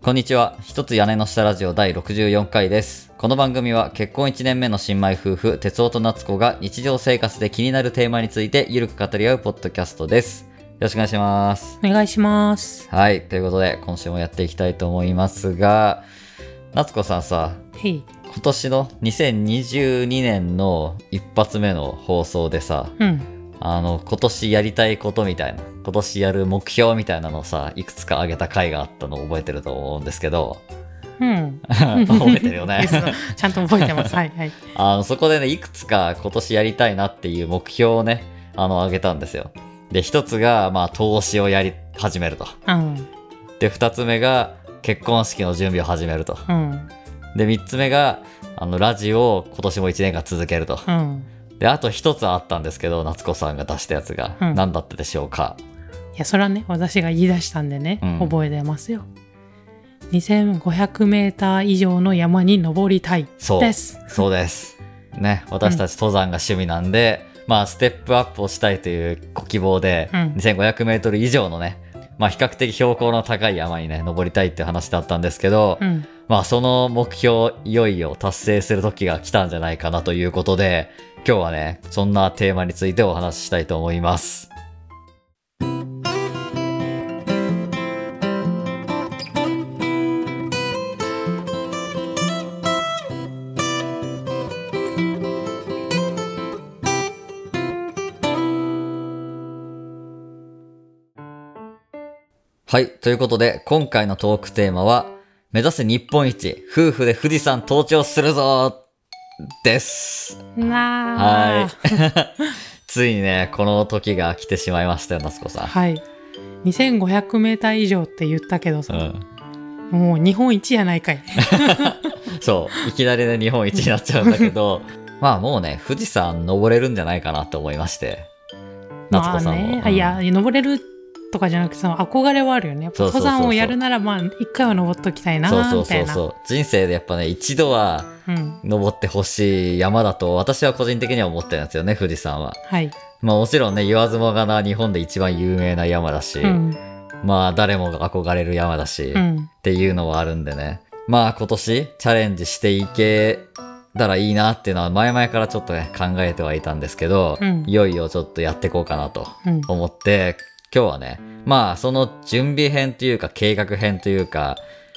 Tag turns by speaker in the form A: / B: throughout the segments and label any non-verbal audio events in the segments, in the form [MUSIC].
A: こんにちは。一つ屋根の下ラジオ第64回です。この番組は結婚1年目の新米夫婦、哲夫と夏子が日常生活で気になるテーマについてゆるく語り合うポッドキャストです。よろしくお願いします。
B: お願いします。
A: はい。ということで、今週もやっていきたいと思いますが、夏子さんさ、
B: はい。
A: 今年の2022年の一発目の放送でさ、
B: うん。
A: あの、今年やりたいことみたいな、今年やる目標みたいなのをさ、いくつか挙げた回があったのを覚えてると思うんですけど、
B: うん。 [LAUGHS]
A: 覚えてるよね [LAUGHS]
B: で。すのちゃんと覚えてます。はいはい。
A: あの、そこでね、いくつか今年やりたいなっていう目標をね、あの、挙げたんですよ。で、一つが、まあ、投資をやり始めると。
B: うん。
A: で、二つ目が、結婚式の準備を始めると。
B: うん。
A: で、三つ目が、あの、ラジオを今年も一年間続けると。
B: うん。
A: で、あと一つあったんですけど、夏子さんが出したやつが、
B: うん
A: 何だったでしょうか。
B: いや、それはね、私が言い出したんでね、
A: うん
B: 覚えてますよ。2500メーター以上の山に登りたい
A: そう。
B: です。
A: そうです。ね、私たち登山が趣味なんで、まあ、ステップアップをしたいというご希望で、
B: うん
A: 2500メートル以上のね、まあ、比較的標高の高い山にね、登りたいっていう話だったんですけど、
B: うん。
A: まあ、その目標、いよいよ達成する時が来たんじゃないかなということで、今日はね、そんなテーマについてお話ししたいと思います。はい。ということで、今回のトークテーマは、目指せ日本一、夫婦で富士山登頂するぞです。
B: な
A: は
B: あ。
A: い。 [LAUGHS] ついにね、この時が来てしまいましたよ、夏子さん。
B: はい。2500メーター以上って言ったけど
A: う
B: さ、
A: ん、
B: もう日本一やないかい。
A: そう、いきなりね、日本一になっちゃうんだけ
B: [LAUGHS]
A: ど、まあもうね、富士山登れるんじゃないかなと思いまして、 [LAUGHS] 夏
B: ま
A: 子
B: あ
A: さんも。
B: ね、
A: うん
B: いや、登れるとかじゃなくて、その憧れはあるよね。やっぱ
A: そうそうそうそう
B: 登山をやるなら、まあ、一回は登っときたいな
A: そうそ
B: ー、
A: う
B: みた
A: そ
B: いうな。
A: そう。人生でやっぱね、一度は
B: うん。
A: 登ってほしい山だと、私は個人的には思ってるんですよね、富士山は。
B: はい。
A: まあもちろんね、言わずもがな日本で一番有名な山だし、
B: うん。
A: まあ誰もが憧れる山だし、
B: う
A: っ
B: ん。
A: ていうのはあるんでね。まあ今年チャレンジしていけたらいいなっていうのは前々からちょっとね、考えてはいたんですけど、
B: うん
A: いよいよちょっとやっていこうかなと
B: うん。
A: 思って、今日はね、まあその準備編というか計画編というか、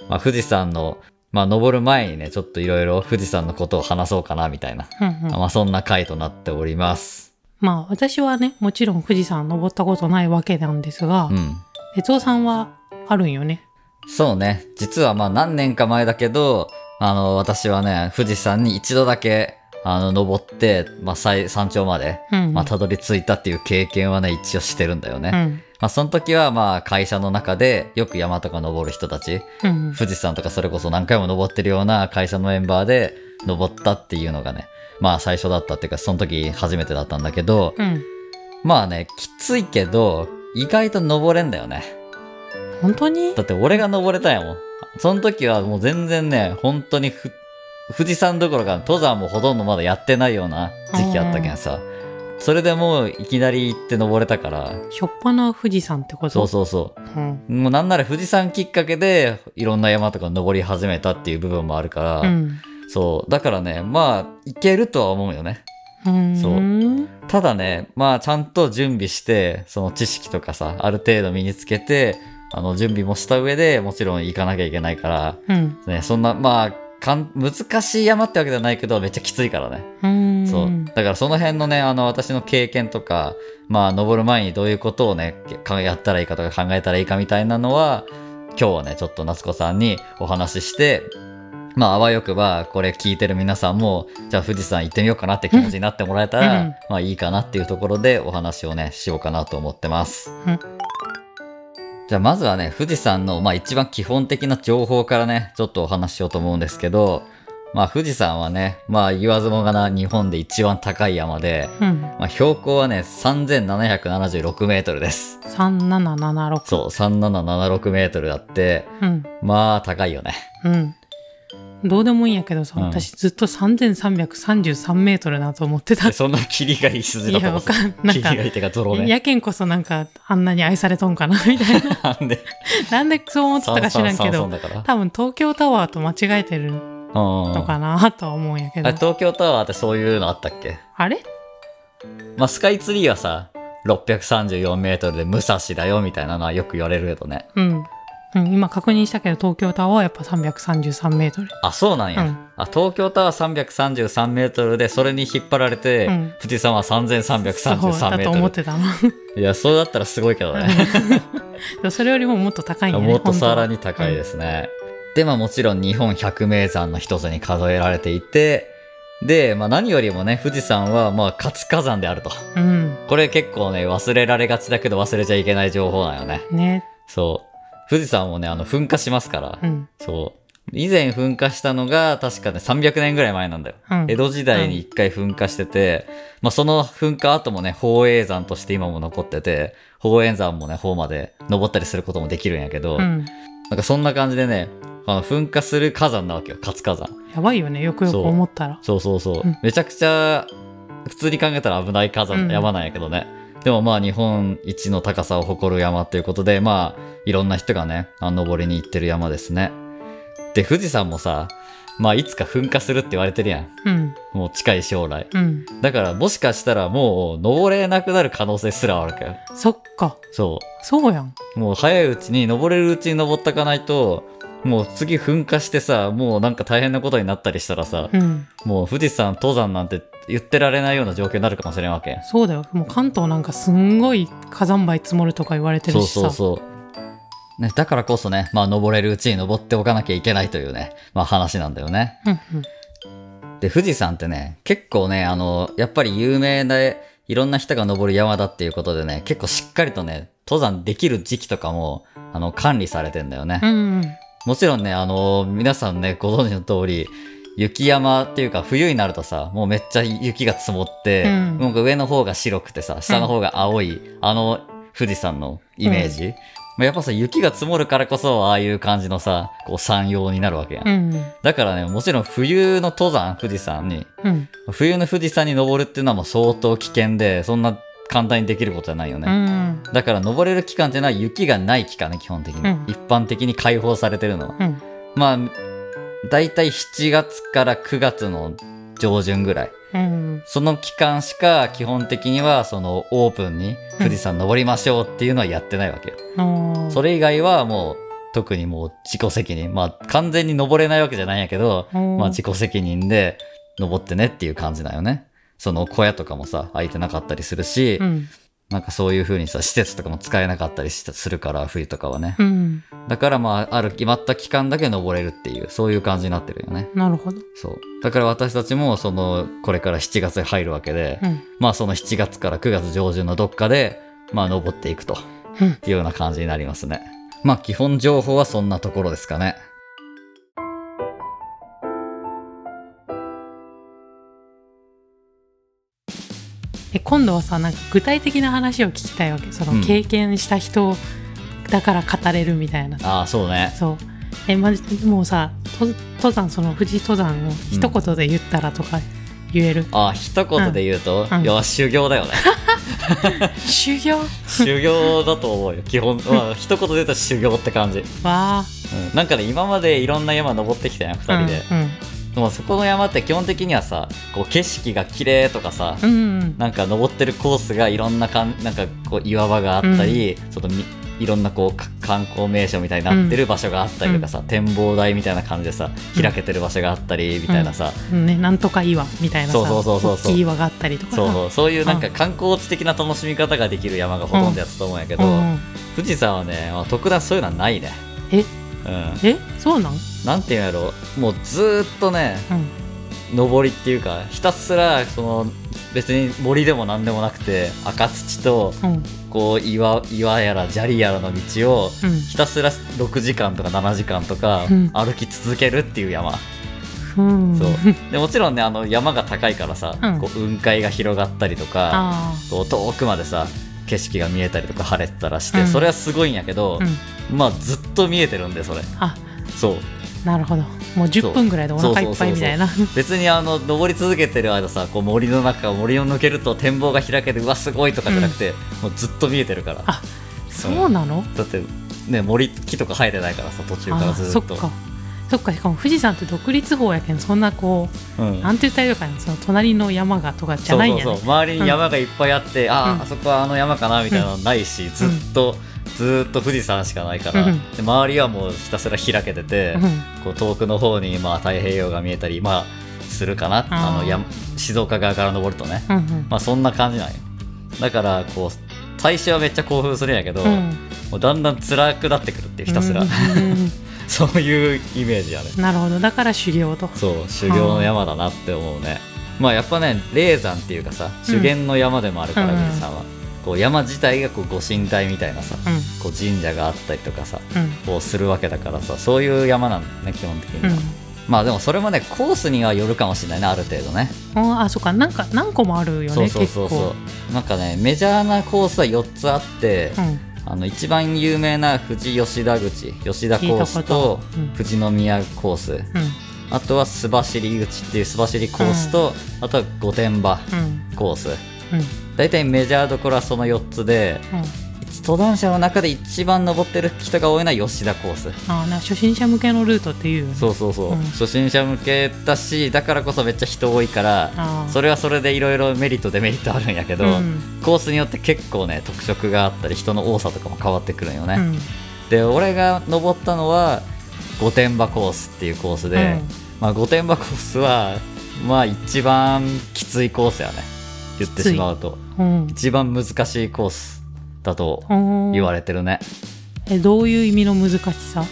A: まあ富士山の、まあ登る前にね、ちょっといろいろ富士山のことを話そうかなみたいな、
B: うんうん
A: まあそんな回となっております。
B: まあ、私はね、もちろん富士山登ったことないわけなんですが
A: う、ん。
B: 哲夫さんはあるんよね。
A: そうね。実はまあ何年か前だけど、あの、私はね、富士山に一度だけ、あの、登って、まあ、最山頂まで、
B: うん。
A: まあ、たどり着いたっていう経験はね、一応してるんだよね。
B: う
A: ま
B: ん。
A: あ、その時はまあ、会社の中で、よく山とか登る人たち、
B: うん。
A: 富士山とかそれこそ何回も登ってるような会社のメンバーで、登ったっていうのがね、まあ、最初だったっていうか、その時初めてだったんだけど、
B: うん。
A: まあね、きついけど、意外と登れんだよね。
B: 本当に
A: だって俺が登れたんやもん。その時はもう全然ね、本当にふ富士山どころか登山もほとんどまだやってないような時期あったけんさ。それでもういきなり行って登れたから、
B: しょっぱな富士山ってこと
A: そうそうそ
B: うん。
A: う。もうなんなら富士山きっかけでいろんな山とか登り始めたっていう部分もあるから、
B: うん。
A: そう。だからね、まあ、行けるとは思うよね。
B: うん。
A: そう
B: うん。
A: ただね、まあちゃんと準備して、その知識とかさ、ある程度身につけて、あの準備もした上でもちろん行かなきゃいけないから、
B: うん。
A: ね、そんな、まあ、かん難しい山ってわけではないけど、めっちゃきついからね。
B: うん。
A: そう。だからその辺のね、あの、私の経験とか、まあ、登る前にどういうことをね、かやったらいいかとか考えたらいいかみたいなのは、今日はね、ちょっと夏子さんにお話しして、まあ、あわよくば、これ聞いてる皆さんも、じゃあ富士山行ってみようかなって気持ちになってもらえたら、
B: うん
A: まあいいかなっていうところでお話をね、しようかなと思ってます。
B: うん
A: じゃあまずはね、富士山の、まあ一番基本的な情報からね、ちょっとお話ししようと思うんですけど、まあ富士山はね、まあ言わずもがな日本で一番高い山で、
B: うん。
A: まあ標高はね、3776メートルです。
B: 3776。
A: そう、3776メートルだって、
B: うん。
A: まあ高いよね。
B: うん。どうでもいいんやけどさ、
A: うん
B: 私ずっと3333メートルなと思ってた
A: で。 [LAUGHS] そんな霧がいい筋
B: い
A: だと
B: や、
A: 思
B: わ
A: って
B: かんな
A: 霧
B: んか
A: がい、いってか泥ね。
B: やけんこそなんかあんなに愛されとんかなみ [LAUGHS] たい
A: [LAUGHS]
B: な。
A: なんで、
B: なんでそう思ってたか知らんけ
A: 3333
B: ど、
A: だから。
B: 多分東京タワーと間違えてる
A: うんうんう
B: の
A: ん。
B: かなとは思うんやけ
A: あ
B: ど
A: れ。東京タワーってそういうのあったっけ
B: あれ
A: まあ、スカイツリーはさ、634メートルで武蔵だよみたいなのはよく言われるけどね。
B: うん。うん、今確認したけど東京タワーはやっぱ333メートル。
A: あ、そうなんや。
B: うん
A: あ、東京タワー333メートルで、それに引っ張られて、
B: うん
A: 富士山は
B: そう
A: 3333
B: だ
A: メ
B: と思
A: ー
B: っ
A: ト
B: て [LAUGHS] たの。
A: ル。いや、そうだったらすごいけどね。
B: それよりももっと高いんやね。
A: もっとさら
B: に。
A: に高いですね。で、まあもちろん日本百名山の一つに数えられていて、で、まあ何よりもね、富士山はまあ活火山であると。
B: うん。
A: これ結構ね、忘れられがちだけど忘れちゃいけない情報なんよね。
B: ね。
A: そう。富士山もね、あの、噴火しますから。
B: うん。
A: そう。以前噴火したのが確かね、300年ぐらい前なんだよ。
B: うん。
A: 江戸時代に一回噴火してて、まあその噴火後もね、宝永山として今も残ってて、宝永山もね、方まで登ったりすることもできるんやけど、
B: うん。
A: なんかそんな感じでね、あの噴火する火山なわけよ、活火山。
B: やばいよね。よくよく
A: そう
B: 思ったら。
A: そうそうそう。
B: うん
A: めちゃくちゃ、普通に考えたら危ない火山、
B: うん
A: 山なんやけどね。でもまあ日本一の高さを誇る山ということで、まあいろんな人がね、あの登りに行ってる山ですね。で、富士山もさ、まあいつか噴火するって言われてるやん。
B: うん。
A: もう近い将来。
B: うん。
A: だからもしかしたらもう登れなくなる可能性すらあるわけよ。
B: そっか。
A: そう。
B: そうやん。
A: もう早いうちに登れるうちに登ったかないともう次噴火してさもうなんか大変なことになったりしたらさ、
B: うん。
A: もう富士山登山なんて言ってられないような状況になるかもしれんわけ
B: そうだよ。もう関東なんかすんごい火山灰積もるとか言われてる
A: そう
B: しさ。
A: そうそう、ね、だからこそねまあ登れるうちに登っておかなきゃいけないというねまあ話なんだよね
B: うん
A: で富士山ってね結構ねあのやっぱり有名でいろんな人が登る山だっていうことでね結構しっかりとね登山できる時期とかもあの管理されてんだよね、
B: うん。うんうん。
A: もちろんね、あの皆さんね、ご存知の通り、雪山っていうか、冬になるとさ、もうめっちゃ雪が積もって、
B: うん
A: なんか上の方が白くてさ、下の方が青い、あの富士山のイメージ。まあやっぱさ、雪が積もるからこそ、ああいう感じのさ、こう山陽になるわけやん。
B: うんうん。
A: だからね、もちろん冬の登山、富士山に、
B: うん。
A: 冬の富士山に登るっていうのはもう相当危険で、そんな簡単にできることじゃないよね。
B: うん。
A: だから登れる期間っていうのは雪がない期間ね、基本的に。
B: うん
A: 一般的に解放されてるのは。
B: うん。
A: まあ、大体7月から9月の上旬ぐらい。
B: うん。
A: その期間しか基本的にはそのオープンに富士山登りましょうっていうのはやってないわけよ。
B: うん。
A: そ
B: れ。
A: れ以外はもう特にもう自己責任。まあ完全に登れないわけじゃないんやけど、ま
B: ま
A: あ自己責任で登ってねっていう感じだよね。その小屋とかもさ、空いてなかったりするし、
B: うん。
A: なんかそういう風にさ、施設とかも使えなかったりしたするから、冬とかはね
B: う。ん。
A: だからまあ、ある決まった期間だけ登れるっていう、そういう感じになってるよね。
B: なるほど。
A: そう。だから私たちも、その、これから7月に入るわけで、
B: うん。
A: まあその7月から9月上旬のどっかで、まあ登っていくと
B: うん。
A: いうような感じになりますね。まあ基本情報はそんなところですかね。
B: え今度はさなんか具体的な話を聞きたいわけそ
A: うん
B: の経験した人だから語れるみたいな、
A: ああ、そうね。
B: そうえまじもうさと登山その富士登山を一言で言ったらとか言える、
A: ああ、一言で言うと、
B: うん
A: いや、修行
B: [LAUGHS]
A: だよね。
B: 修行わ
A: 修行だと思うよ。基本、まあ一言で言うと修行って感じ。うん
B: あ
A: なんかね、今までいろんな山登ってきたやん、二人で。でもそこの山って基本的にはさ、こう景色が綺麗とかさ、
B: うんうんうん
A: なんか登ってるコースがいろんなかんなんかこう岩場があったり、ちょっとみいろんなこうか観光名所みたいになってる場所があったりとかさ、展望台みたいな感じでさ
B: うん
A: 開けてる場所があったりみたいなさ、
B: うんねなんとか岩みたいなさ
A: そうそうそうそうそう
B: 大きい岩があったりとか
A: そう
B: う
A: そうそういうなんか観光地的な楽しみ方ができる山がほとんどやったと思うんやけど、
B: んうん
A: 富士山はね、まあ特段そういうのはないね。
B: え
A: うん、
B: えそうなん、
A: なんていうんやろもうずーっとね
B: うん、
A: 登りっていうかひたすらその別に森でも何でもなくて赤土と
B: うんうん
A: こう岩岩やら砂利やらの道をひたすら6時間とか7時間とか
B: うん
A: 歩き続けるっていう山、
B: うん
A: そうでもちろんねあの山が高いからさ、
B: うん
A: こう雲海が広がったりとか
B: あ
A: こう遠くまでさ景色が見えたりとか晴れてたらして、
B: うん
A: それはすごいんやけど
B: あ、うん
A: まあずっと見えてるんでそれ
B: あ
A: そう
B: なるほどもう10分ぐらいでお腹いっぱいみたいな
A: 別にあの登り続けてる間さこう森の中森を抜けると展望が開けてうわすごいとかじゃなくて、もうずっと見えてるから
B: あ [LAUGHS] そうなの、
A: だってね森木とか生えてないからさ途中から
B: あ
A: ず
B: そ
A: っ
B: っ
A: と
B: かそっかしかも富士山って独立峰やけんそんなこ
A: うん
B: うなんて言ったらいいのかなその隣の山がとかじゃないんやね
A: そうそうそう周りに山がいっぱいあって、あ
B: う
A: あ
B: ん
A: あそこはあの山かなみたいなのないし、ずっとずっと富士山しかないから、
B: うん
A: で周りはもうひたすら開けてて、
B: うん
A: こう遠くの方にまあ太平洋が見えたりまあするかなあ
B: あー
A: の山静岡側から登るとね、
B: うんうん
A: まあそんな感じなんよだからこう最初はめっちゃ興奮するんやけど、
B: うん
A: もうだんだん辛くなってくるっていうひたすら、
B: うんうん
A: [LAUGHS] そういうイメージやね
B: うんなるほどだから修行と
A: そう修行の山だなって思うねまあやっぱね霊山っていうかさ修験の山でもあるから
B: うん
A: 富士山は、こう山自体がこうご神体みたいなさ
B: うん
A: こう神社があったりとかさ
B: うん
A: こうするわけだからさそういう山なんだね基本的に
B: う
A: は、
B: ん
A: まあでもそれもねコースにはよるかもしれないねある程度ね
B: ああそっかなんか何個もあるよ
A: そう
B: ね
A: そうそうそうなんかねメジャーなコースは4つあって、
B: 結構、うん、
A: あの一番有名な富士吉田口吉田コースと
B: 聞いたことうん
A: 富士宮コース、
B: う
A: あとは須走口っていう須走コースと、あとは御殿場
B: んうん
A: コース
B: うん
A: 大体メジャーどころはその4つで
B: うん
A: 登山者の中で一番登ってる人が多いのは吉田コース
B: あーな初心者向けのルートっていうよね
A: そうそうそう、
B: うん
A: 初心者向けだしだからこそめっちゃ人多いから
B: あー
A: それはそれでいろいろメリットデメリットあるんやけど、
B: うん
A: コースによって結構ね特色があったり人の多さとかも変わってくるんよね、
B: うん
A: で俺が登ったのは御殿場コースっていうコースで、
B: うん
A: まあ、御殿場コースはまあ一番きついコースやね言ってしまうと
B: うん
A: 一番難しいコースだと
B: うん
A: 言われてるね
B: えどういう意味の難しさ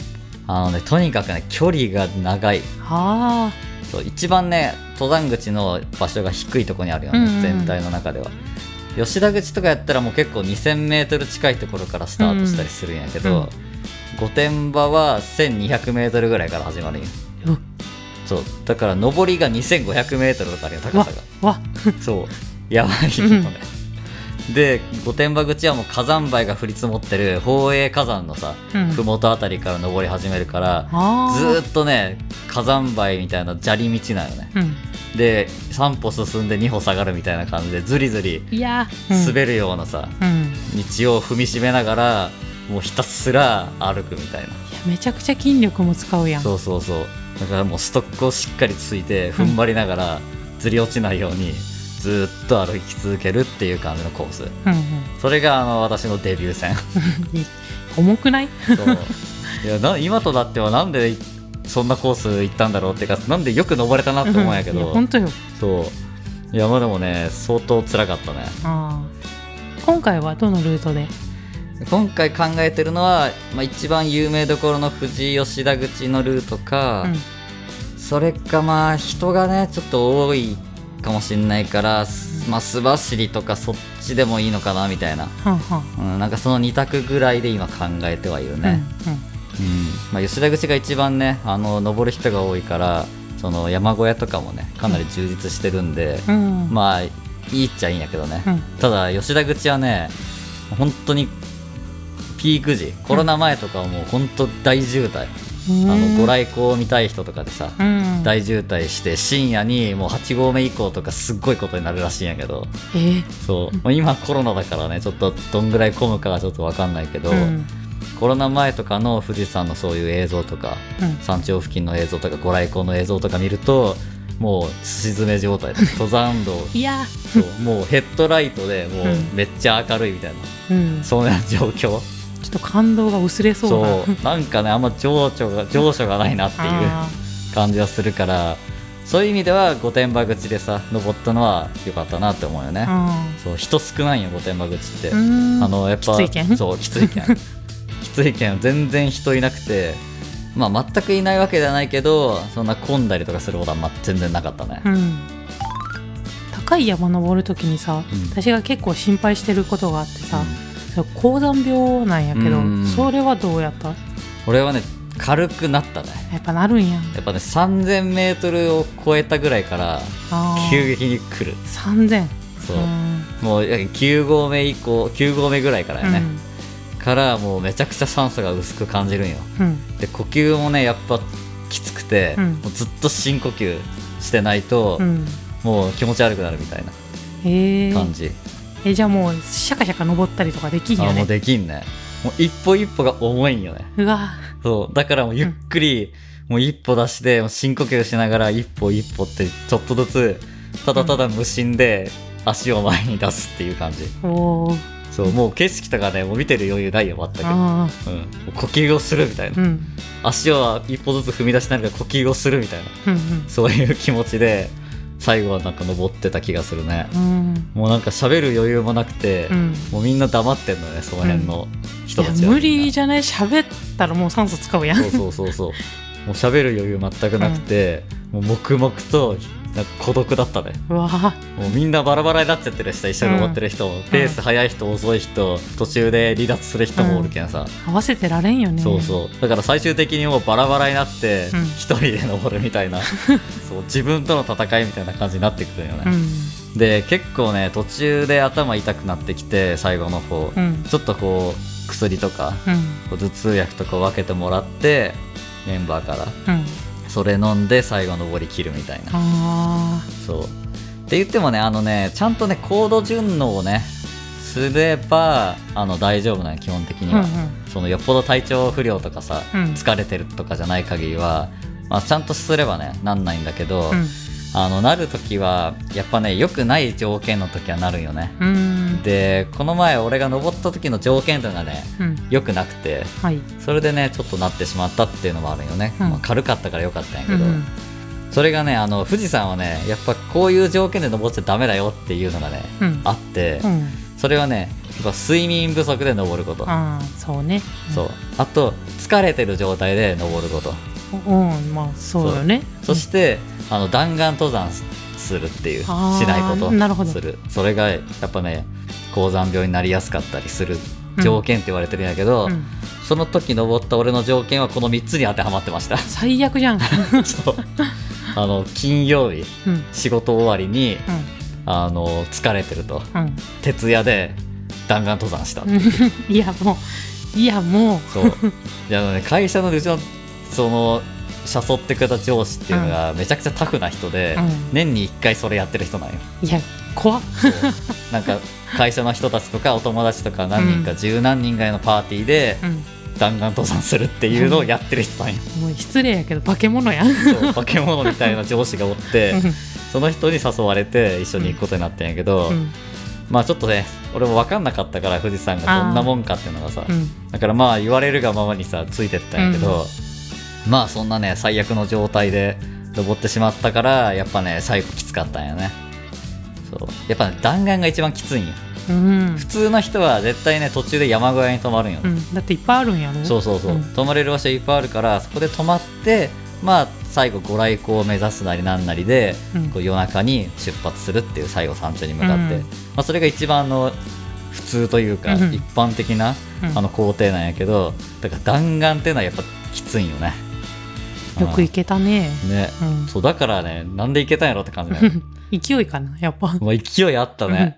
A: あのねとにかくね距離が長い
B: あ
A: そう一番ね登山口の場所が低いとこにあるよね、
B: うんうんうん
A: 全体の中では吉田口とかやったらもう結構 2000m 近いところからスタートしたりするんやけ
B: うんう
A: ど、
B: ん
A: 御殿場は 1200m ぐらいから始まるんよ
B: ーう
A: そうだから上りが 2500m とかあるよ高
B: わ
A: さが
B: わ
A: そうやばいよね、で御殿場口はもう火山灰が降り積もってる宝永火山のさ
B: うん
A: 麓あたりから登り始めるから、
B: あ
A: ず
B: ー
A: ーっとね火山灰みたいな砂利道なのね
B: うん
A: で3歩進んで2歩下がるみたいな感じでずりずり
B: いやー
A: 滑るようなさ、
B: うん、うん、い
A: 道を踏みしめながらもうひたすら歩くみたいな
B: やめちゃくちゃ筋力も使うやん
A: そうそうそうだからもうストックをしっかりついて踏ん張りながらずり落ちないようにずーっと歩き続けるっていう感じのコース
B: うんうん
A: それがあの私のデビュー戦
B: い重くない
A: そう [LAUGHS] いやな今となってはなんでそんなコース行ったんだろうっていうかなんでよく登れたなって思うんやけ
B: い
A: ど、
B: 本当よ
A: そういやまあでもね相当辛かったね
B: あー今回はどのルートで
A: 今回考えてるのは、まあ、一番有名どころの富士吉田口のルートか、
B: うん
A: それかまあ人がねちょっと多いかもしれないから、すまあ、須走とかそっちでもいいのかなみたいな、
B: はんはん
A: うん、なんかその2択ぐらいで今考えてはいるね、
B: うんうん
A: うんまあ、吉田口が一番ねあの登る人が多いからその山小屋とかもねかなり充実してるんで、
B: うん、
A: まあいいっちゃいいんやけどね、
B: うん
A: ただ吉田口はね本当にピーク時コロナ前とかはもう本当大渋滞、あのご来光を見たい人とかでさ、
B: うん、
A: 大渋滞して深夜にもう8合目以降とかすっごいことになるらしいんやけど
B: えー
A: そう、もう今コロナだからねちょっとどんぐらい混むかはちょっと分かんないけど、
B: うん
A: コロナ前とかの富士山のそういう映像とか
B: うん
A: 山頂付近の映像とかご来光の映像とか見るともうすし詰め状態で登山道
B: いや
A: そうもうヘッドライトでもう
B: うん
A: めっちゃ明るいみたいな、
B: うん、ちょ
A: そんな状況
B: っと感動が薄れそうな
A: なんかねあんま情緒が情緒がないなっていう
B: あ
A: 感じはするからそういう意味では御殿場口でさ登ったのは良かったなって思うよね、
B: ー
A: そう人少ないよ御殿場口って、
B: うん
A: [LAUGHS] あのやっぱ
B: きついけん
A: そうきつい
B: [LAUGHS]
A: けんきついけん全然人いなくてまあ全くいないわけではないけどそんな混んだりとかすることはま全然なかったね、
B: うん、高い山登るときにさ、
A: うん
B: 私が結構心配してることがあってさ、そう高山病なんやけど、
A: うん
B: それはどうやったや
A: 俺はね軽くなったね
B: っぱなるんや
A: やっぱね 3000m を超えたぐらいから
B: あ
A: 急激に来る
B: 三千
A: そうもう9合目以降9合目ぐらいからやね、からもうめちゃくちゃ酸素が薄く感じるんよ
B: うん
A: で呼吸もねやっぱきつって、
B: うん
A: もうずっと深呼吸してないと、
B: うん
A: もう気持ち悪くなるみたいな
B: えー
A: 感じ、
B: えじゃあもうシャカシャカ登ったりとかできんよ
A: あもう
B: ね
A: できんねもう一歩一歩が重いんよね
B: うわ
A: そうだからもうゆっくり、もう一歩出してもう深呼吸しながら一歩一歩ってちょっとずつただただ無心で足を前に出すっていう感じ、
B: おー
A: そうもう景色とかねもう見てる余裕ないよ全く、うん、も
B: あ
A: う呼吸をするみたいな
B: ーうん
A: 足を一歩ずつ踏み出しながら呼吸をするみたいな
B: うん
A: そういう気持ちで最後はなんか登ってた気がするね、
B: うん
A: もうなんか喋る余裕もなくて、
B: うん
A: もうみんな黙ってんのねその辺の人た
B: い
A: ち
B: や
A: は
B: 無
A: みんな
B: 理じゃない喋ったらもう酸素使うやん
A: そうそうそうそうもう喋る余裕全くなくて、もう黙々となんか孤独だったね
B: うわあ
A: もうみんなバラバラになっちゃってる人一緒に登ってる人も、ペース速い人遅い人途中で離脱する人もおるけんさ、
B: 合わせてられんよね
A: そうそうだから最終的にもうバラバラになって
B: うん
A: 一人で登るみ
B: [LAUGHS]
A: たいな、そう自分との戦いみたいな感じになってくるよ
B: う
A: ね、
B: ん
A: で結構ね途中で頭痛くなってきて最後の方、
B: うん
A: ちょっとこう薬とか
B: うん
A: こう頭痛薬とか分けてもらってメンバーから
B: うん
A: それ飲んで最後登り切るみたいな
B: あ
A: そうって言ってもねあのねちゃんとね高度順応をねすればあの大丈夫なの基本的に
B: あ
A: は、
B: う
A: そのよっぽど体調不良とかさ、
B: うん
A: 疲れてるとかじゃない限りは、まあ、ちゃんとすればねなんないんだけど、
B: ん
A: あのなる時はやっぱね良くない条件の時はなるよね
B: うんうん
A: でこの前俺が登った時の条件というのがね
B: うん
A: 良くなくて
B: はい
A: それでねちょっとなってしまったっていうのもあるよね、
B: うん
A: まあ、軽かったから良かったんや
B: う
A: け
B: ん
A: ど、
B: うん
A: それがねあの富士山はねやっぱこういう条件で登っちゃダメだよっていうのがね
B: うん
A: あって、
B: うん
A: それはねやっぱ睡眠不足で登ること
B: ああそうね
A: そうあと疲れてる状態で登ること
B: うんうんまあそうよね
A: そして、あの弾丸登山すするっていうし
B: あー
A: ないこと
B: なるほど
A: するそれがやっぱね高山病になりやすかったりする条件って言われてるんやけど、
B: うんうん
A: その時登った俺の条件はこの3つに当てはまってました
B: 最悪じゃん
A: [LAUGHS] そうあの金曜日
B: うん
A: 仕事終わりに
B: う
A: あの疲れてると
B: んうん
A: 徹夜で弾丸登山した、
B: いやもういやもう [LAUGHS]
A: そうであのね会社のうちのその誘ってくれた上司っていうのがめちゃくちゃタフな人で、
B: うん
A: 年に1回それやってる人なんよ
B: いや怖っ
A: なんか会社の人たちとかお友達とか何人
B: う
A: か十何人ぐらいのパーティーで
B: うん
A: 弾丸登山するっていうのをやってる
B: [LAUGHS]
A: 人なんよ、
B: もう失礼やけど化け物やん
A: そう化け物みたいな上司がおってその人に誘われて一緒に行くことになったんやけど、
B: うんうん
A: まあちょっとね俺も分かんなかったから富士山がどんなもんかっていうのがさ、
B: うん
A: だからまあ言われるがままにさついてったんやけど、まあそんなね最悪の状態で登ってしまったからやっぱね最後きつかったんやねそうやっぱ、ね、弾丸が一番きついんよ
B: うん
A: 普通の人は絶対ね途中で山小屋に泊まるんよ、
B: うんだっていっぱいあるんやろ
A: そうそうそう、
B: うん
A: 泊まれる場所いっぱいあるからそこで泊まってまあ最後ご来光を目指すなりなんなりで、
B: うん
A: こう夜中に出発するっていう最後山頂に向かって、
B: うん
A: まあ、それが一番あの普通というか、
B: うん
A: 一般的な
B: うん
A: あの工程なんやけどだから弾丸っていうのはやっぱきついんよね
B: よく行けたね
A: うんね、
B: うん
A: そうだからねなんでいけたんやろって感じだよ
B: [LAUGHS] 勢いかなやっぱ
A: もう勢いあったね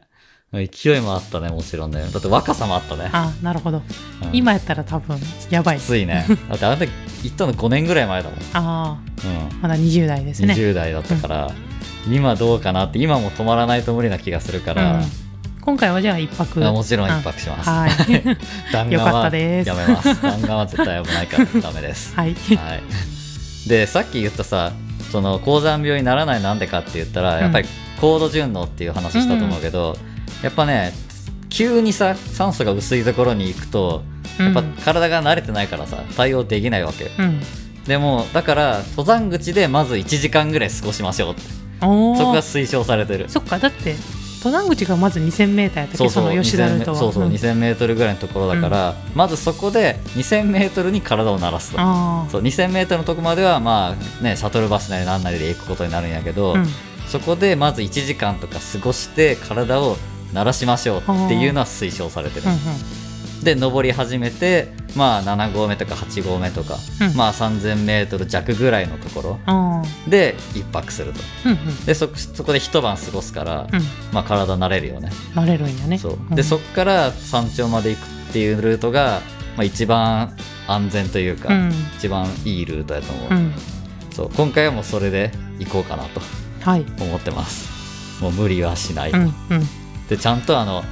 A: 勢いもあったねもちろんねだって若さもあったね、
B: あなるほど
A: うん
B: 今やったら多分やばい
A: きついねだってあの時行ったの5年ぐらい前だもん、
B: あ
A: うん
B: あまだ20代ですね
A: 20代だったから、今どうかなって今も止まらないと無理な気がするから、
B: うん今回はじゃあ一泊
A: あもちろん一泊します
B: はい [LAUGHS]
A: 弾丸
B: よかっ
A: は
B: たです
A: やめます弾丸は絶対危ないからダメです
B: はい
A: はいでさっき言ったさその高山病にならないなんでかって言ったら、やっぱり高度順応っていう話したと思うけど、やっぱね急にさ酸素が薄いところに行くとやっぱ体が慣れてないからさ対応できないわけよ
B: うん
A: でもだから登山口でまず1時間ぐらい過ごしましょうって
B: うんお
A: そこ
B: ー
A: が推奨されてる
B: そっかだって登山口がまず 2000m やったっけ
A: そうそう
B: の吉田ルートは
A: そうそう
B: うん
A: 2000m ぐらいのところだから、まずそこで 2000m に体を慣らすと。
B: あ
A: そう 2000m のとこまではまあねシャトルバスなりなんなりで行くことになるんやけ
B: あ
A: ど、
B: うん
A: そこでまず1時間とか過ごして体を慣らしましょうっていうのは推奨されてる、で登り始めてまあ7合目とか8合目とか、
B: うん
A: まあ 3000m 弱ぐらいのところ
B: うんうんあー
A: で1泊すると
B: うんうん
A: でそそこで一晩過ごすから、
B: うん
A: まあ体慣れるよね
B: 慣れるんやね
A: そう
B: うん
A: でそこから山頂まで行くっていうルートが、まあ、一番安全というか、
B: うん
A: 一番いいルートやと思う、
B: うん
A: そう今回はもうそれで行こうかなと
B: はい
A: 思ってますもう無理はしない、
B: うんうん
A: でちゃんとあの、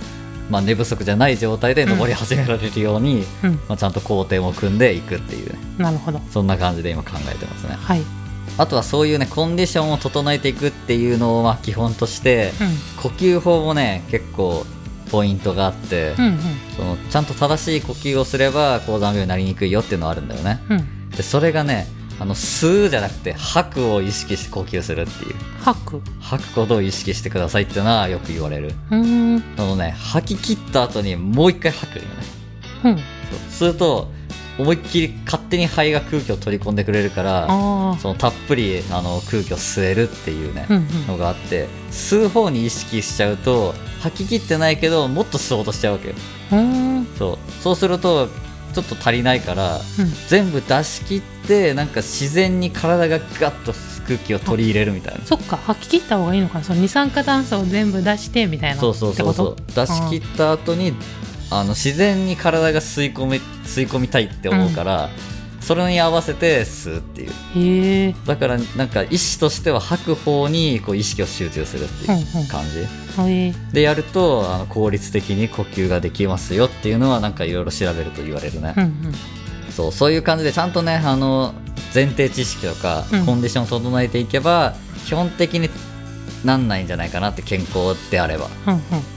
A: まあ、寝不足じゃない状態で登り始められるように、
B: うん
A: まあ、ちゃんと工程も組んでいくっていうね
B: なるほど
A: そんな感じで今考えてますね
B: はいうん
A: あとはそういうねコンディションを整えていくっていうのをまあ基本として呼吸法もね結構ポイントがあって、
B: うん
A: そのちゃんと正しい呼吸をすれば高山病になりにくいよっていうのはあるんだよね
B: うんうん
A: でそれがねあの吸うじゃなくて吐くを意識して呼吸するっていう
B: 吐くう
A: 吐くことを意識してくださいっていうのはよく言われる
B: ーんうん
A: あのね吐き切った後にもう一回吐くよねそうすると思いっきり勝手に肺が空気を取り込んでくれるから
B: あ
A: そのたっぷりあの空気を吸えるっていうね
B: あ、うんうん
A: のがあって吸う方に意識しちゃうと吐き切ってないけどもっと吸おうとしちゃうわけよ
B: うーんうん
A: そうそうするとちょっと足りないから全部出し切ってなんか自然に体がガッと空気を取り入れるみたいな
B: そっか吐き切った方がいいのかなその二酸化炭素を全部出してみたいな
A: そうそうそうそう
B: って
A: 出し切った後にあの自然に体が吸い込み吸い込みたいって思うから、それに合わせて吸うっていう
B: ことへえ
A: だからなんか意思としては吐く方にこう意識を集中するって
B: うんう
A: いうん感じ、
B: へえ
A: でやるとあの効率的に呼吸ができますよっていうのはなんかいろいろ調べると言われるね、
B: うんうん
A: そうそういう感じでちゃんとねあの前提知識とか
B: うん
A: コンディションを整えていけば、基本的になんないんじゃないかなって健康であれば、
B: うん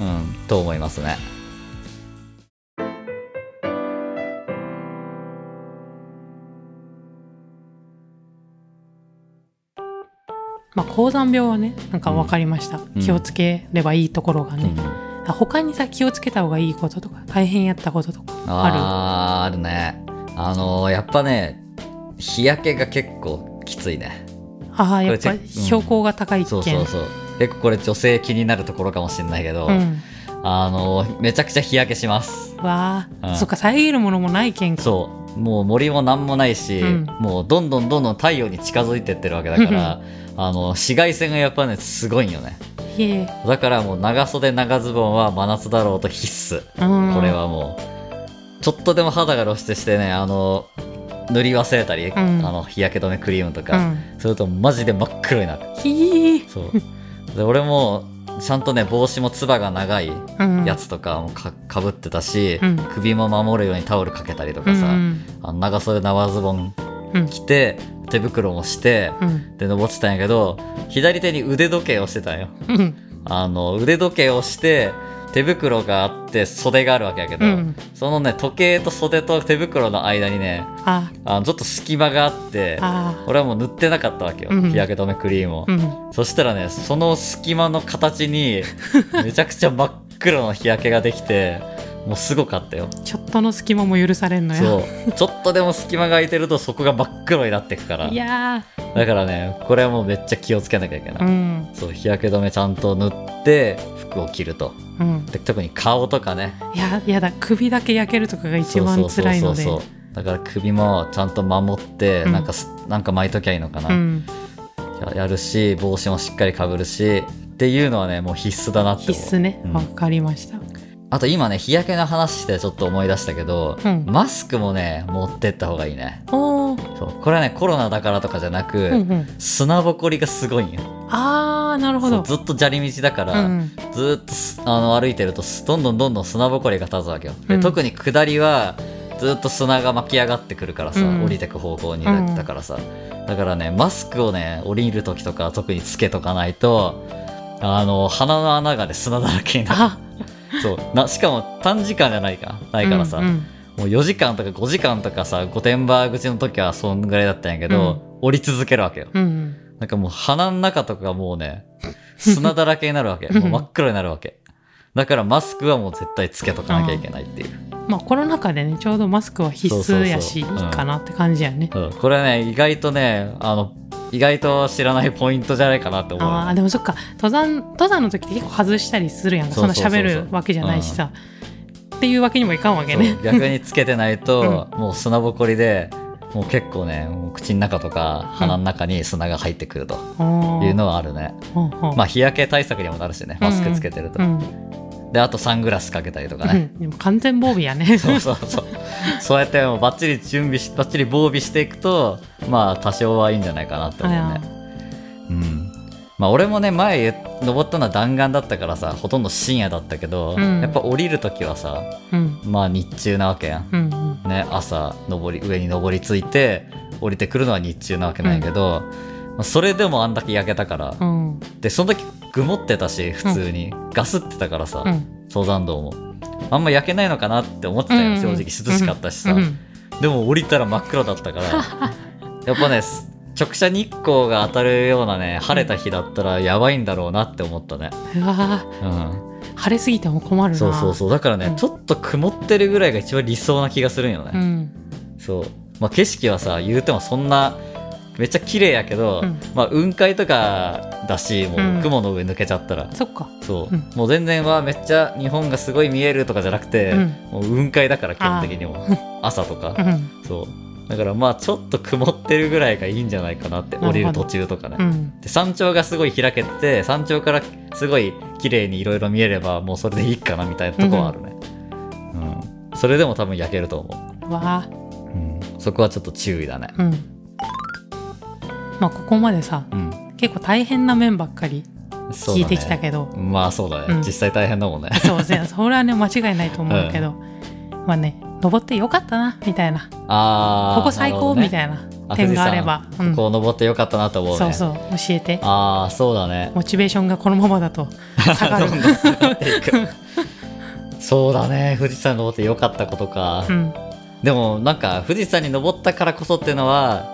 B: うん
A: うん、と思いますね。
B: まあ、高山病はねなんか分かりました、
A: うん
B: 気をつければいいところが
A: う
B: ね、
A: ん、
B: あ他にさ気をつけた方がいいこととか大変やったこととか
A: あ
B: あ
A: ーあるね。あのやっぱね日焼けが結構きついね。
B: るああやっぱ
A: これチェックうん
B: 標高が高いけん
A: そうそうそう。結構これ女性気になるところかもしれないけど、
B: うん、
A: あのめちゃくちゃ日焼けします。
B: わあ、
A: うん
B: そっか遮るものもないけんか
A: そうもう森も何もないし、
B: うん
A: もうどんどんどんどん太陽に近づいてってるわけだから、あの紫外線がやっぱねすごいんよね
B: いえ
A: だからもう長袖長ズボンは真夏だろうと必須
B: うん
A: これはもうちょっとでも肌が露出してねあの塗り忘れたり、
B: ん
A: あの日焼け止めクリームと
B: う
A: か、
B: ん
A: するとマジで真っ黒になる
B: ひえ
A: そう
B: [LAUGHS]
A: で俺もちゃんとね帽子もつばが長い
B: うん
A: やつとかもかかぶってたし、
B: うん
A: 首も守るようにタオルかけたりと
B: う
A: か
B: んう
A: さ、
B: ん
A: あの長袖長ズボン
B: うん
A: 着て手袋もして
B: うん
A: で登ってたんやけど左手に腕時計をしてたんよ
B: うん
A: あの腕時計をして手袋があって袖があるわけやけど、
B: うん
A: そのね時計と袖と手袋の間にね
B: あ
A: あのちょっと隙間があって
B: あ
A: 俺はもう塗ってなかったわけよ、
B: うん
A: 日焼け止めクリームを、
B: うん
A: そしたらねその隙間の形にめちゃくちゃ真っ黒の日焼けができてもうすごかったよ
B: ちょっとの隙間も許されんのや
A: そうちょっとでも隙間が空いてるとそこが真っ黒になってくから
B: いや
A: だからねこれはもうめっちゃ気をつけなきゃいけない、
B: ーうん
A: そう日焼け止めちゃんと塗って服を着ると
B: うん
A: で特に顔とかね
B: いややだ首だけ焼けるとかが一番辛いので
A: そうそうそうそうだから首もちゃんと守って、
B: うん
A: なんかすなんか巻いときゃいいのかな、
B: うん
A: ややるし帽子もしっかりかぶるしっていうのはねもう必須だなって
B: 必
A: 思う
B: 須ね
A: うん
B: わかりました
A: あと今ね日焼けの話してちょっと思い出したけど、
B: うん
A: マスクもね持ってった方がいいね
B: おお
A: そうこれはねコロナだからとかじゃなく、
B: うんうん
A: 砂ぼこりがすごいんよ
B: あーなるほ
A: そう
B: ど
A: ずっと砂利道だから、
B: うん
A: ずーっとすあの歩いてるとすどんどんどんどん砂ぼこりが立つわけよ、で
B: うん
A: 特に下りはずーっと砂が巻き上がってくるからさ、
B: うん
A: 降りてく方向に
B: う
A: だ
B: ん
A: だからさだからねマスクをね降りる時とか特につけとかないとあの鼻の穴がね砂だらけになる
B: あ
A: そうなしかも短時間じゃないかないからさ、
B: うんうん
A: もう4時間とか5時間とかさ御殿場口の時はそんぐらいだったんやけど、降り続けるわけよ
B: うんうん
A: なんかもう鼻の中とかがもうね、砂だらけになるわけ。もう真っ黒になるわけ。だからマスクはもう絶対つけとかなきゃいけないっていう。
B: まあコロナ禍でねちょうどマスクは必須やしいい
A: そうそうそううん
B: かなって感じやね、
A: うん、これね、意外とね、あの、意外と知らないポイントじゃないかなって思う
B: あ
A: よ
B: ー
A: ね。
B: でもそっか登山登山の時って結構外したりするやんか
A: そう
B: そ
A: そ
B: ん
A: うそ
B: な
A: うそう
B: 喋るわけじゃないしさ、っていうわけにもいかんわけね
A: そう逆につけてないと、もう砂ぼこりで、もう結構ね、もう口の中とか鼻の中に砂が入ってくると
B: あ
A: いうのはあるね。ま
B: ま
A: あ日焼け対策にもなるしね、マスクつけてると。
B: うん
A: で、あとサングラスかけたりとかね。
B: うんでも完全防備やね [LAUGHS]
A: そうそうそう。そうやってもうバッチリ準備し、バッチリ防備していくと、まあ多少はいいんじゃないかなって思うね。うんまあ、俺もね前言っ登ったのは弾丸だったからさほとんど深夜だったけど、
B: うん
A: やっぱ降りる時はさ
B: うん
A: まあ日中なわけやん、
B: うんうん
A: ね、朝登り上に登りついて降りてくるのは日中なわけなんやけど、まあそれでもあんだけ焼けたから、
B: うん
A: でその時曇ってたし普通に、ガスってたからさ、
B: うん
A: 登山道もあんま焼けないのかなって思ってたよ、
B: うん
A: 正直涼しかったしさ、
B: うん
A: でも降りたら真っ黒だった
B: [LAUGHS]
A: からやっぱね直射日光が当たるようなね晴れた日だったらやばいんだろうなって思ったね、
B: うわ
A: うん、
B: ー晴れすぎても困るな
A: そうそうそうだからね、
B: うん
A: ちょっと曇ってるぐらいが一番理想な気がするんよ
B: う
A: ね、
B: ん
A: そう、まあ、景色はさ言うてもそんなめっちゃ綺麗やけど、
B: うん
A: まあ雲海とかだしもううん雲の上抜けちゃったら、
B: そっか
A: そう、
B: うん
A: もう全然はめっちゃ日本がすごい見えるとかじゃなくて、
B: うん
A: もう雲海だから基本的にも朝とか、
B: うん
A: そうだからまあちょっと曇ってるぐらいがいいんじゃないかなって
B: なるほど
A: 降りる途中とかね、
B: うん
A: で山頂がすごい開けてて山頂からすごい綺麗にいろいろ見えればもうそれでいいかなみたいなとこはあるね、うんそれでも多分焼けると思
B: うわー
A: う、うん、そこはちょっと注意だね
B: うんまあここまでさ
A: うん
B: 結構大変な面ばっかり
A: そう
B: 聞い
A: だね
B: てきたけど
A: まあそうだね、
B: うん
A: 実際大変だ
B: [LAUGHS]
A: もんね
B: そうですねそれはね間違いないと思うけど、まあね登ってよかったなみたいな
A: ああ
B: ここ最高み
A: い
B: たいな
A: あ
B: 点があれば、うん
A: こう登ってよかったなと思うね
B: そうそう教えて
A: ああそうだね
B: モチベーションがこのままだと下が
A: [LAUGHS]
B: る
A: どんどん下がっていくそうだね富士山登ってよかったことか、
B: うん
A: でもなんか富士山に登ったからこそっていうのは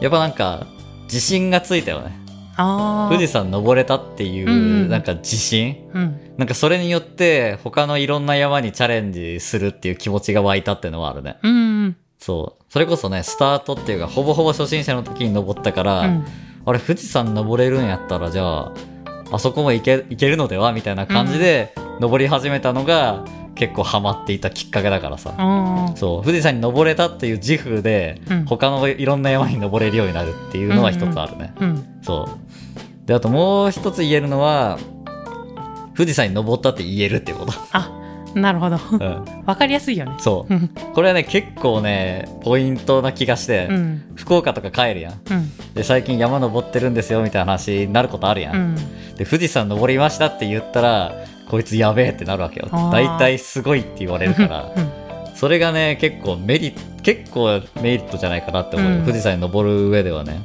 A: やっぱなんか自信がついたよね
B: ああ
A: 富士山登れたってい
B: うんう
A: うんなんか自信、
B: うん
A: なんかそれによって他のいろんな山にチャレンジするっていう気持ちが湧いたっていうのはあるね
B: うんうん
A: そうそれこそねスタートっていうかほぼほぼ初心者の時に登ったから、
B: うん
A: あれ富士山登れるんやったらじゃああそこも行け行けるのではみたいな感じで登り始めたのが結構ハマっていたきっかけだからさ、
B: あ
A: そう富士山に登れたっていう自負で、
B: うん
A: 他のいろんな山に登れるようになるっていうのは一つあるね、
B: ーうん
A: そうであともう一つ言えるのは富士山に登ったって言えるっていう
B: [LAUGHS]
A: こと、
B: あなるほど
A: うん、
B: わかりやすいよね
A: そ
B: うん
A: うこれはね結構ねポイントな気がして、
B: うん
A: 福岡とか帰るやん
B: うん
A: で最近山登ってるんですよみたいな話になることあるや、
B: うんん
A: で富士山登りましたって言ったらこいつやべえってなるわけよ
B: あー
A: 大体すごいって言われる
B: [LAUGHS]
A: から
B: うん
A: それがね結構メリ結構メリットじゃないかなって思うよ、
B: うん
A: 富士山に登る上ではね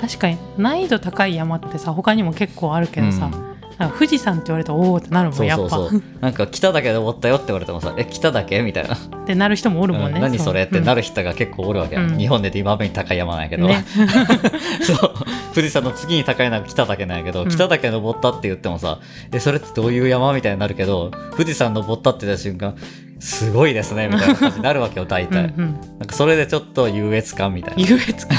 B: 確かに難易度高い山ってさ他にも結構あるけどさ、
A: うん
B: なんか富士山って言われたらおおってなるも
A: そ
B: ん
A: う
B: や
A: そ
B: っぱ
A: う
B: [LAUGHS]
A: そうなんか来ただけで登ったよって言われてもさえ来ただけみたいな、
B: ってなる人もおるもんね、
A: うん [LAUGHS] 何それってな
B: る
A: る人が結構おるわけやん、
B: うん
A: 日本で今までに高い山なんやけど、 [LAUGHS]
B: ね
A: そう富士山の次に高いのは北岳なんやけど、
B: うん
A: 北岳登ったって言ってもさえそれってどういう山みたいになるけど富士山登ったって言った瞬間すごいですねみたいな感じになるわ
B: [LAUGHS]
A: けよ大
B: うんう
A: 体、
B: ん、
A: なんかそれでちょっと優越感みたいな
B: 優
A: [LAUGHS]
B: 越感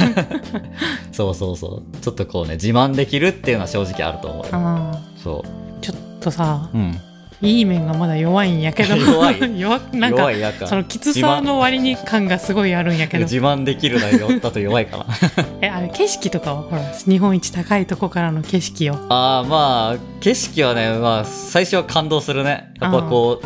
A: そうそうそうちょっとこうね自慢できるっていうのは正直あると思うよ
B: あ
A: そ
B: ーちょっとさ
A: ううん
B: いい面がまだ弱いんやけど
A: 弱い
B: [LAUGHS] 弱なんか
A: 弱いなんか
B: そのきつさの割に感がすごいあるんやけど
A: 自慢できる内容だと弱いかな
B: えあれ景色とかはほら日本一高いとこからの景色を
A: ああまあ景色はね、まあ、最初は感動するねやっぱこう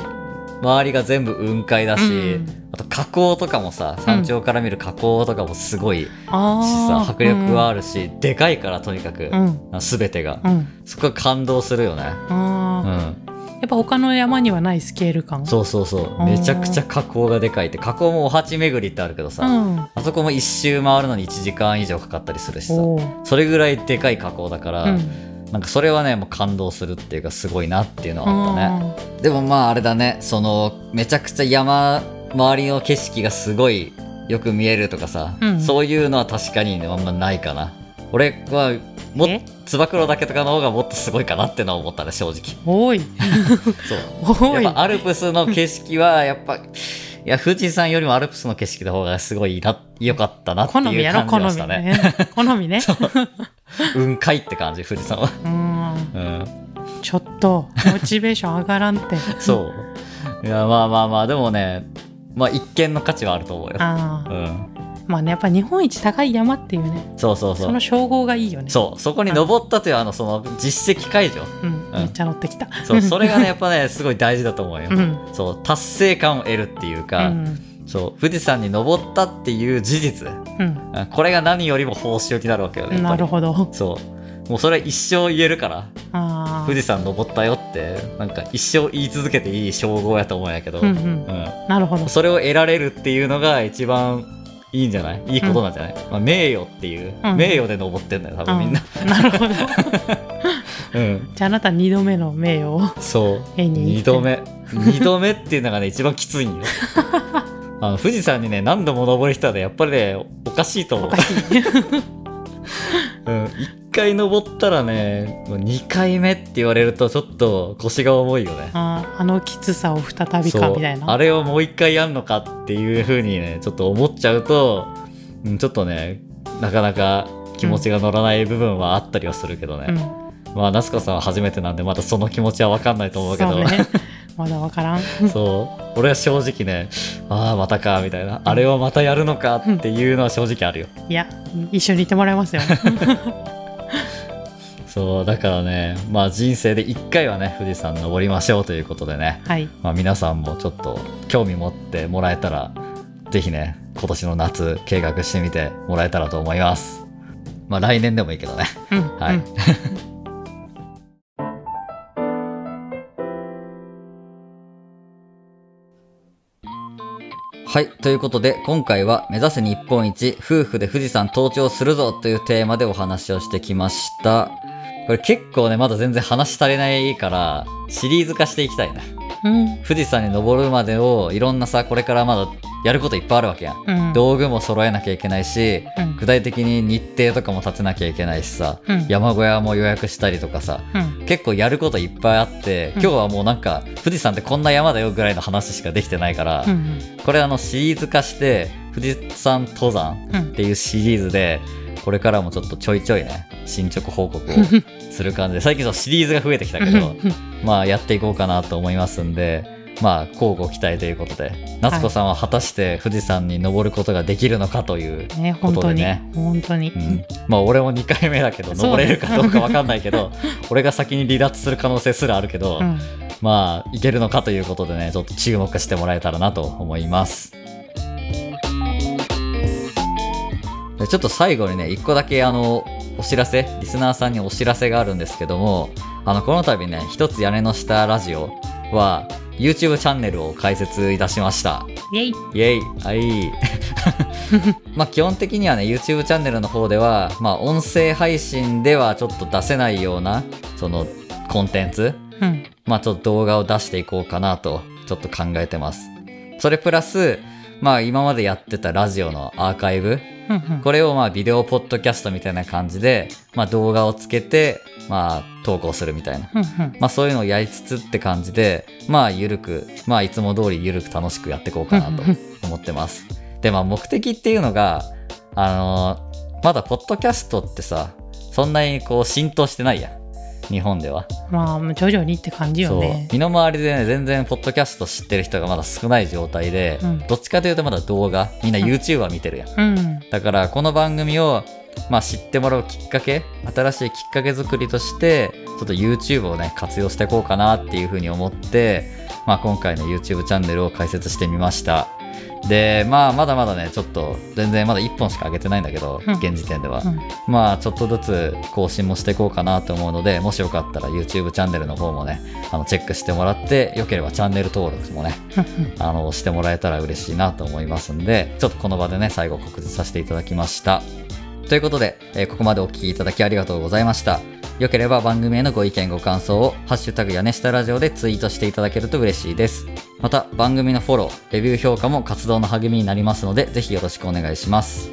A: 周りが全部雲海だし、
B: うん
A: あと火口とかもさ山頂から見る火口とかもすごいしさ、
B: あー
A: 迫力はあるし、でかいからとにかく、
B: うんうん
A: 全てが、
B: うん
A: そこが感動するよねう
B: あ
A: ん
B: ーやっぱ他の山にはないスケール感う
A: そうそうそうめちゃくちゃ火口がでかいって火口もお鉢巡りってあるけどさ、
B: ん
A: あそこも一周回るのに1時間以上かかったりするしさ
B: おー
A: それぐらいでかい火口だから、
B: うん
A: なんかそれはねもう感動するっていうかすごいなっていうのはあったね、
B: あ
A: でもまああれだねそのめちゃくちゃ山周りの景色がすごいよく見えるとかさ、
B: うん
A: そういうのは確かにねあんまないかな俺はも
B: え
A: つば九郎だけとかの方がもっとすごいかなってのは思ったね正直
B: [LAUGHS] ー多い
A: そう
B: 多い
A: やっぱアルプスの景色はやっぱいや富士山よりもアルプスの景色の方がすごいな良かったなって
B: 好み
A: いう
B: やろ
A: 感じ
B: 好
A: が
B: み
A: したね
B: ね好
A: [LAUGHS]
B: みね
A: 雲海って感じ富士山は、
B: うん
A: うん、
B: ちょっとモチベーション上がらんって
A: そういやまあまあまあでもねまあ一見の価 [LAUGHS] 値はあると思うよ
B: あ
A: う
B: あ
A: ん
B: まあねやっぱ日本一高い山っていうね
A: そうそうそ
B: そうの。称号がいいよね
A: そう、そこに登ったという、あの、その、実績解除。
B: [LAUGHS] うん、めっちゃ乗ってきた。
A: そう、それがね、やっぱね、すごい大事だと思うよ
B: う。ん。
A: そう、達成感を得るっていう
B: う
A: か、
B: ん。
A: そう富士山に登ったっていう事実
B: うん
A: あこれが何よりも報酬になるわけよねやっぱ
B: な
A: り
B: るほど
A: そうもうそれは一生言えるから
B: ああ
A: 富士山登ったよってなんか一生言い続けていい称号やと思うんやけど、
B: うんうん
A: うん
B: なるほど
A: それを得られるっていうのが一番いいんじゃないいいことなんじゃない、まあ、名誉っていう、
B: うん
A: 名誉で登ってんだよ多分みんな、
B: うんなるほど
A: う
B: [LAUGHS]
A: ん、
B: じゃああなた2度目の名誉を
A: そう
B: 絵に
A: 2度目2度目っていうのがね一番きついん
B: [LAUGHS]
A: よあの富士山にね何度も登る人はねやっぱりねおかしいと思
B: お
A: う
B: か、しい
A: うん、1回登ったらねもう2回目って言われるとちょっと腰が重いよね
B: あーあのきつさを再び
A: そ
B: か
A: う
B: みたい
A: あ
B: な
A: れをもう一回やんのかっていうふうにねちょっと思っちゃうと、うん、ちょっとねなかなか気持ちが乗らない部分はあったりはするけどね、
B: うん
A: まあ夏子さんは初めてなんでまだその気持ちは分かんないと思うけど
B: そうねまだわからん
A: そう俺は正直ねああまたかみたいなあれをまたやるのかっていうのは正直あるよ、
B: いや一緒にいてもらいますよ
A: [LAUGHS] そうだからねまあ人生で1回はね富士山登りましょうということでね
B: はい
A: まあ、皆さんもちょっと興味持ってもらえたら、ぜひね、今年の夏計画してみてもらえたらと思います。まあ来年でもいいけどね。
B: うん
A: はい。
B: うん
A: [LAUGHS] はい。ということで、今回は目指せ日本一、夫婦で富士山登頂するぞというテーマでお話をしてきました。これ結構ね、まだ全然話足りないから、シリーズ化していきたいね。
B: うん
A: 富士山に登るまでを、いろんなさ、これからまだやることいっぱいあるわけやん。
B: うん
A: 道具も揃えなきゃいけないし、
B: うん
A: 具体的に日程とかも立てなきゃいけないしさ、
B: うん
A: 山小屋も予約したりとかさ
B: うん
A: 結構やることいっぱいあって
B: うん
A: 今日はもうなんか富士山ってこんな山だよぐらいの話しかできてないから、
B: うん
A: これあのシリーズ化して富士山登山
B: う
A: っ
B: ん
A: ていうシリーズでこれからもちょっとちょいちょいね進捗報告をする感じで最近そうシリーズが増えてきたけどまあやっていこうかなと思いますんでまあ交互期待ということで夏子さんは果たして富士山に登ることができるのかという、
B: ね本当
A: ことで
B: に、
A: ね
B: 本当に、
A: うんまあ俺も2回目だけど
B: そう
A: 登れるかどうか分かんないけ
B: [LAUGHS]
A: ど俺が先に離脱する可能性すらあるけど、
B: うん
A: まあいけるのかということでねちょっと注目してもらえたらなと思いますでちょっと最後にね1個だけあのお知らせリスナーさんにお知らせがあるんですけどもあのこの度ね一つ屋根の下ラジオは YouTube チャンネルを開設いたしました
B: イエイ
A: イェイはいまあ基本的にはね YouTube チャンネルの方では、まあ、音声配信ではちょっと出せないようなそのコンテンツ
B: うん
A: まあちょっと動画を出していこうかなとちょっと考えてますそれプラスまあ今までやってたラジオのアーカイブ
B: うんうん
A: これをまあビデオポッドキャストみたいな感じで、まあ、動画をつけてまあ投稿するみたいな
B: うんうん
A: まあそういうのをやりつつって感じで、まあゆるく、まあいつも通りゆるく楽しくやっていこうかなと
B: [LAUGHS] うんうん
A: 思ってます。で、まあ目的っていうのが、あのーまだポッドキャストってさ、そんなにこう浸透してないやん。日本では。
B: まあ徐々にって感じよね
A: 身の回りでね、全然ポッドキャスト知ってる人がまだ少ない状態で、
B: うん
A: どっちかというとまだ動画、みんな YouTuber 見てるやん。
B: うん
A: だからこの番組を、まあ、知ってもらうきっかけ新しいきっかけ作りとしてちょっと YouTube をね活用していこうかなっていうふうに思って、まあ、今回の YouTube チャンネルを開設してみましたでまあまだまだねちょっと全然まだ1本しか上げてないんだけど、
B: うん
A: 現時点では、
B: うん
A: まあちょっとずつ更新もしていこうかなと思うのでもしよかったら YouTube チャンネルの方もねあのチェックしてもらってよければチャンネル登録もね
B: うん
A: あの、してもらえたら嬉しいなと思いますんで、ちょっとこの場でね、最後告知させていただきました。ということで、えーここまでお聞きいただきありがとうございました。よければ番組へのご意見ご感想を、ハッシュタグ屋根下ラジオでツイートしていただけると嬉しいです。また、番組のフォロー、レビュー評価も活動の励みになりますので、ぜひよろしくお願いします。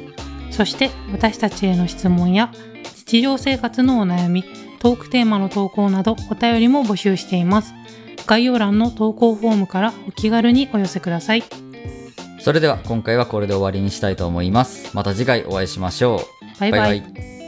B: そして私たちへの質問や日常生活のお悩みトークテーマの投稿などお便りも募集しています概要欄の投稿フォームからお気軽にお寄せください
A: それでは、今回はこれで終わりにしたいと思います。また次回お会いしましょう。
B: バイバイ
A: イ